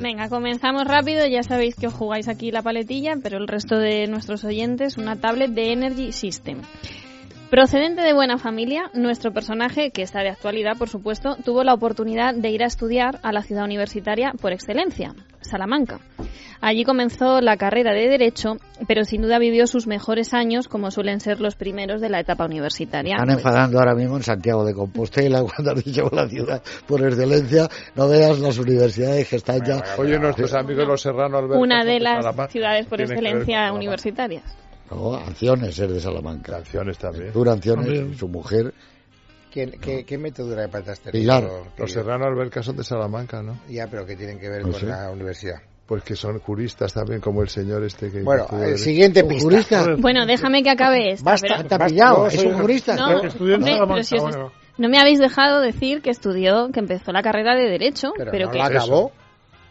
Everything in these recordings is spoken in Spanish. Venga, comenzamos rápido. Ya sabéis que os jugáis aquí la paletilla, pero el resto de nuestros oyentes, una tablet de Energy System. Procedente de buena familia, nuestro personaje, que está de actualidad, por supuesto, tuvo la oportunidad de ir a estudiar a la ciudad universitaria por excelencia, Salamanca. Allí comenzó la carrera de Derecho, pero sin duda vivió sus mejores años, como suelen ser los primeros de la etapa universitaria. Están enfadando ahora mismo en Santiago de Compostela, cuando has dicho la ciudad por excelencia. No veas las universidades que están ya. Oye, nuestros amigos los serranos, Alberto, Una de son las Salamanca. ciudades por Tienen que ver excelencia con Salamanca. universitarias. No, Anciones es de Salamanca. Canciones también. Arturo Anciones, También. su mujer. ¿Quién- qué, ¿Qué metedura de patas tenéis? Pilar. los- Los que- serranos Alberca son de Salamanca, ¿no? este Ya, pero que tienen que ver No con sé. la universidad. Pues que son juristas también, como el señor este que... Bueno, eh, estuvo el de- siguiente pista. Jurista. Bueno, déjame que acabe esta. Basta, pero- Está basta. pillado, No, es soy un un- jurista. No, que estudió en hombre, Salamanca, pero si os- bueno. no me habéis dejado decir que estudió, que empezó la carrera de Derecho, pero, Pero, no que la acabó.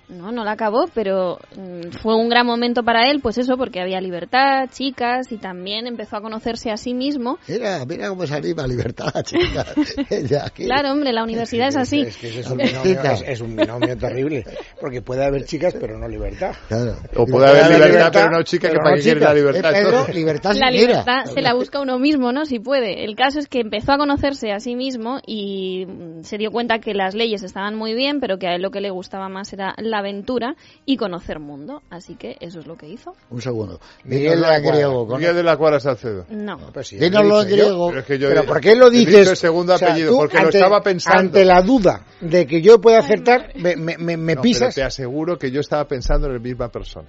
No, no la acabó, pero mm, fue un gran momento para él, pues eso, porque había libertad, chicas, y también empezó a conocerse a sí mismo. Mira, mira cómo se anima libertad, chica. Ella aquí. Claro, hombre, la universidad es así. Es que ese es un binomio, es- es un binomio terrible. Porque puede haber chicas, pero no libertad. Claro. O puede haber libertad, pero no chica, que pero para no qué quiere chica. la libertad. Eh, Pedro, entonces. libertad La siquiera. libertad se la busca uno mismo, ¿no? Si puede. El caso es que empezó a conocerse a sí mismo y mm, se dio cuenta que las leyes estaban muy bien, pero que a él lo que le gustaba más era la aventura y conocer mundo. Así que eso es lo que hizo. Un segundo. Miguel Dínoslo de la en griego. con- Miguel de la Cuadra Salcedo. No. Pues sí, Dínoslo lo en he dicho yo. griego. Pero es que yo pero he- ¿por qué lo he dicho dices? el segundo O sea, apellido, tú, porque lo estaba pensando. Ante la duda de que yo pueda acertar, me, me, me, me No, pisas. Pero te aseguro que yo estaba pensando en la misma persona.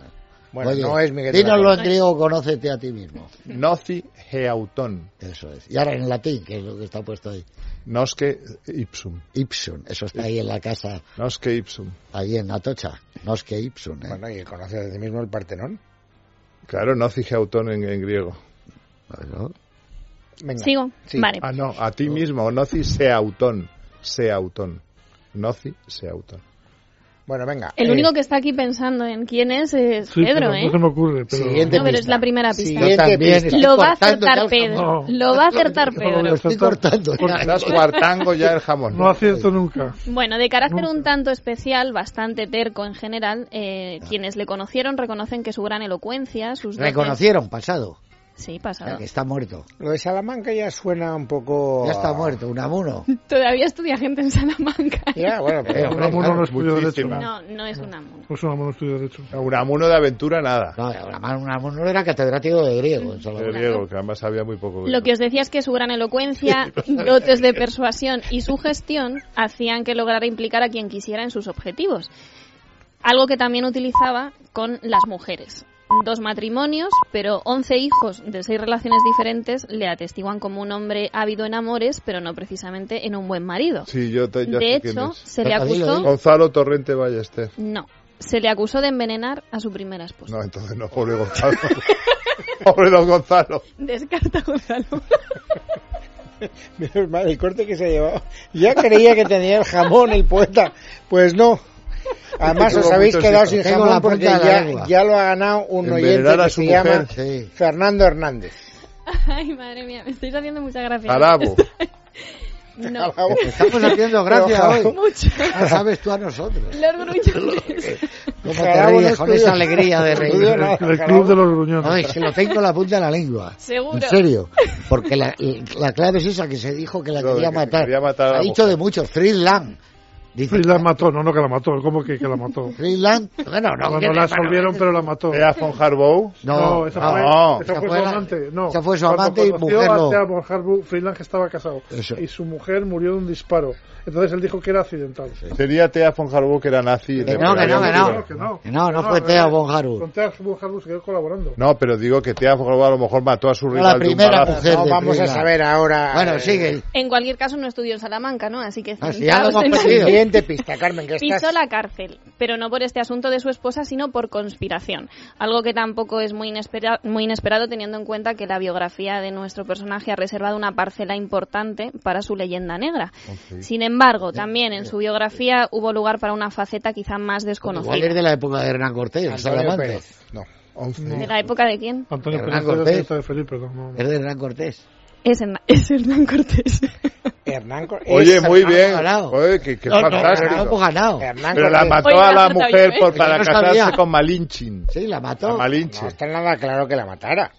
Bueno, Oye, no es Miguel de la Dínoslo en Cuadra. griego, conócete a ti mismo. Noci heauton, Eso es. Y ahora en latín, que es lo que está puesto ahí. nosce ipsum. Ipsum. Eso está ahí en la casa, Nosce ipsum. ahí en Atocha. No es que Ipsum, ¿eh? Bueno, y conoces a ti mismo el Partenón. Claro, noci heauton en, en griego. Bueno, Venga. ¿Sigo? Sí. Vale. Ah, no, a ti mismo. Noci seauton. Seauton. Noci seauton. Bueno, venga. El eh, único que está aquí pensando en quién es es Sí, Pedro, pero ¿eh? No se me ocurre, pero... Siguiente. No, pero es la primera pista. Siguiente también pista. está Lo va a cortando acertar ya el jamón. Pedro. Lo va a acertar Pedro. Estoy cortando. ya. Estás cuartango ya el jamón. No acierto nunca. Bueno, de carácter un tanto especial, bastante terco en general, eh, quienes le conocieron reconocen que su gran elocuencia, sus dotes- Reconocieron pasado. Sí, O sea, pasado. que está muerto. Lo de Salamanca ya suena un poco... Ya está a- muerto, Unamuno. Todavía estudia gente en Salamanca. Ya, bueno, Eh, pero... hombre, Unamuno claro, no estudió Derecho. muchísima. No, no es una mona. Pues Unamuno no estudió Derecho. Unamuno de aventura, nada. No, Unamuno Unamuno era catedrático de griego. en De Salamanca. griego, que además sabía muy poco. griego. Lo que os decía es que su gran elocuencia, dotes de persuasión y su gestión hacían que lograra implicar a quien quisiera en sus objetivos. Algo que también utilizaba con las mujeres. Dos matrimonios, pero 11 hijos de seis relaciones diferentes le atestiguan como un hombre ávido en amores, pero no precisamente en un buen marido. Sí, yo te, ya De sé quién hecho, es. se le Ah, dilo, acusó. dilo. Gonzalo Torrente Ballester. No, se le acusó de envenenar a su primera esposa. No, entonces no, pobre Gonzalo. pobre don Gonzalo. Descarta Gonzalo. Menos mal, el corte que se ha llevado. Ya creía que tenía el jamón el poeta. Pues no. Además, Tengo os habéis muchos quedado hijos. sin Tengo jamón la punta porque de la ya, lengua. ya lo ha ganado un oyente Envenenar a que su se llama mujer. Sí. Fernando Hernández. Ay, madre mía, me estáis haciendo mucha gracia. Jarabo. No, Estamos haciendo gracia Pero, hoy. mucho. Ya sabes tú a nosotros. Los grullones. Cómo te Ojalá ríes no con estudió- esa alegría de no estudió reír. nada. El Club de los Gruñones. No, es que lo tengo en la punta de la lengua. Seguro. En serio. Porque la, la clave es esa que se dijo que la Lo de quería que matar. quería matar a la ha dicho de mujer. muchos. Fritz Lang. Dice, Y la mató, no, no que la mató. ¿Cómo que, que la mató? Fritz Lang. Bueno, no. que- Bueno, la absolvieron, pero la mató. ¿Era von Harbow? No, esa, no, fue, no. esa Esa fue fue su la- amante. No. esa fue su Cuando amante y conoció mujer a no. Thea von Harbow, Freeland estaba casado. Eso. Y su mujer murió de un disparo. Entonces él dijo que era accidental. Sería Thea von Harbow que era nazi. y Que le no, que pegaría no, que un no. tiro. Que no, Que no, no fue Thea von Harbow. Con Thea von Harbow se quedó colaborando. No, pero digo que Thea von Harbow a lo mejor mató a su la rival de un primera balazo. mujer. No de vamos a Frida. saber ahora. Bueno, eh, sigue. En cualquier caso, no estudió en Salamanca, ¿no? Así que Ah, sí, ya lo centraos hemos en- perdido. Siguiente pista, Carmen, que Pisó estás... la cárcel, pero no por este asunto de su esposa, sino por conspiración. Algo que tampoco es muy, inespera- muy inesperado teniendo en cuenta que la biografía de nuestro personaje ha reservado una parcela importante para su leyenda negra. Sin embargo, también en su biografía hubo lugar para una faceta quizá más Igual es desconocida. de la época de Hernán Cortés, Antonio Salamanca. Pérez. No. Once. ¿De la época de quién? Antonio Hernán Pérez era Cortés. secretario de Felipe, no, no. Es de Hernán Cortés. Es, Hernán- es Hernán Cortés. Hernán Cortés. Oye, Esa- muy ah, bien. ganado. Oye, que, que No, no, ganado por fantástico. ganado. Hernán Pero la Cortés. mató Oye, no a la lo sabía, mujer ¿eh? por, para Yo no casarse sabía. con Malinchin. Sí, la mató. A No Malinche. está nada claro que la matara.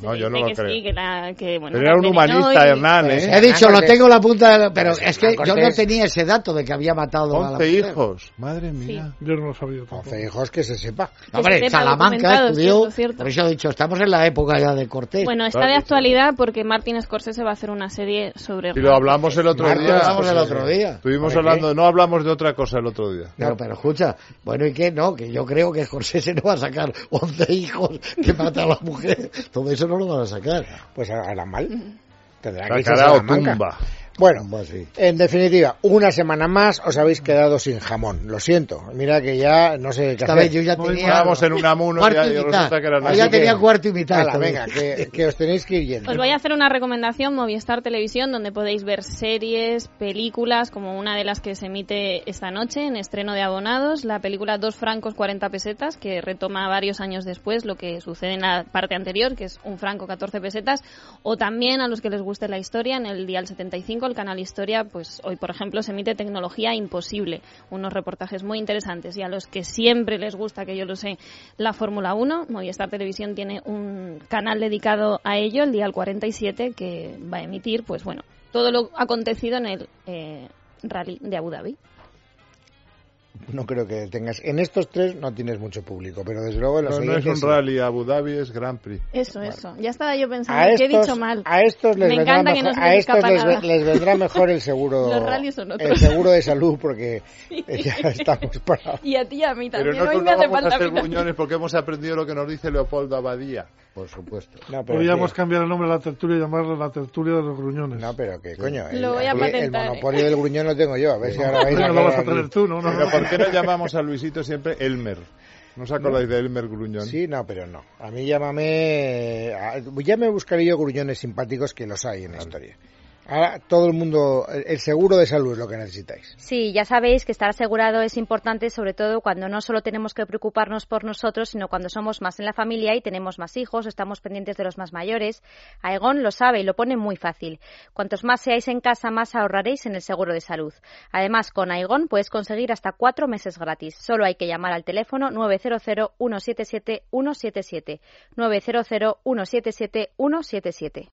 No, yo no Dice lo que creo. sí, que la- que, bueno, Pero era un la humanista, envenenó y- Hernán, Pues, ¿eh? He dicho, lo Hernán Cortés. tengo en la punta de la- Pero es que Hernán yo no Cortés. tenía ese dato de que había matado a la 11 mujer. hijos. Madre mía. Yo no lo sabía tampoco. Once hijos que se sepa. No, Hombre, Este tema Salamanca documentado, estudió. cierto, cierto. Por eso he dicho, estamos en la época ya de Cortés. Bueno, está Claro de que sí. actualidad porque Martin Scorsese va a hacer una serie sobre Y lo hablamos el otro Marta, día. lo hablamos el otro día. Estuvimos ¿Por hablando, no hablamos de otra cosa el otro día. Pero, pero escucha, bueno, ¿y qué? No, que yo creo que Scorsese no va a sacar 11 hijos que mata a la mujer. Todo eso no lo van a sacar. Pues hará Mm. mal. Tendrá que irse a Sacará o Salamanca. tumba. Bueno, Más Pues sí. en definitiva, una semana más os habéis quedado sin jamón. Lo siento. Mira que ya no sé qué Esta hacer. vez yo ya tenía Estábamos en un amuno y cuarto y ya- y mitad. resulta que era Yo ya Así nada. que- tenía cuarto y mitad Hala, también. venga, que, que os tenéis que ir yendo. Os voy a hacer una recomendación, Movistar Televisión, donde podéis ver series, películas, como una de las que se emite esta noche en estreno de abonados, la película Dos francos 40 pesetas, que retoma varios años después lo que sucede en la parte anterior, que es un franco 14 pesetas, o también a los que les guste la historia, en el Dial 75, el canal Historia, pues hoy, por ejemplo, se emite Tecnología Imposible, unos reportajes muy interesantes, y a los que siempre les gusta, que yo lo sé, la Fórmula 1, Movistar Televisión tiene un canal dedicado a ello, el Dial 47, que va a emitir, pues bueno, todo lo acontecido en el eh, rally de Abu Dhabi. No creo que tengas. En estos tres no tienes mucho público, pero desde luego en los No, no es siguientes un sí. rally, Abu Dhabi es Grand Prix. Eso, eso. Ya estaba yo A pensando que he estos, dicho mal. a estos les Me vendrá encanta que mejor, no se a les estos escapa les, nada. les vendrá mejor el seguro Los rallies son otros. el seguro de salud porque ya estamos para Y a ti y a mí Pero también. no Hoy nos me hace vamos a falta hacer vitamina. buñones porque hemos aprendido lo que nos dice Leopoldo Abadía. Por supuesto. no, pero Podríamos que, cambiar el nombre de la tertulia y llamarla la tertulia de los gruñones. no, pero que coño el, Lo voy a aquí el patentar, eh. monopolio del gruñón lo tengo yo a ver si ahora vais a Venga, lo vas a quedar tener aquí. tú, ¿no? No, no, Pero ¿por no. qué no llamamos a Luisito siempre Elmer? ¿No os acordáis de Elmer Gruñón? sí, no, pero no a mí llámame a- ya me buscaré yo gruñones simpáticos que los hay en la historia ahora todo el mundo el, el seguro de salud es lo que necesitáis Sí, ya sabéis que estar asegurado es importante, sobre todo cuando no solo tenemos que preocuparnos por nosotros, sino cuando somos más en la familia y tenemos más hijos, estamos pendientes de los más mayores. Aegon lo sabe y lo pone muy fácil. Cuantos más seáis en casa, más ahorraréis en el seguro de salud. Además, con Aegon puedes conseguir hasta cuatro meses gratis. Solo hay que llamar al teléfono 900 177 177. 900 177 177.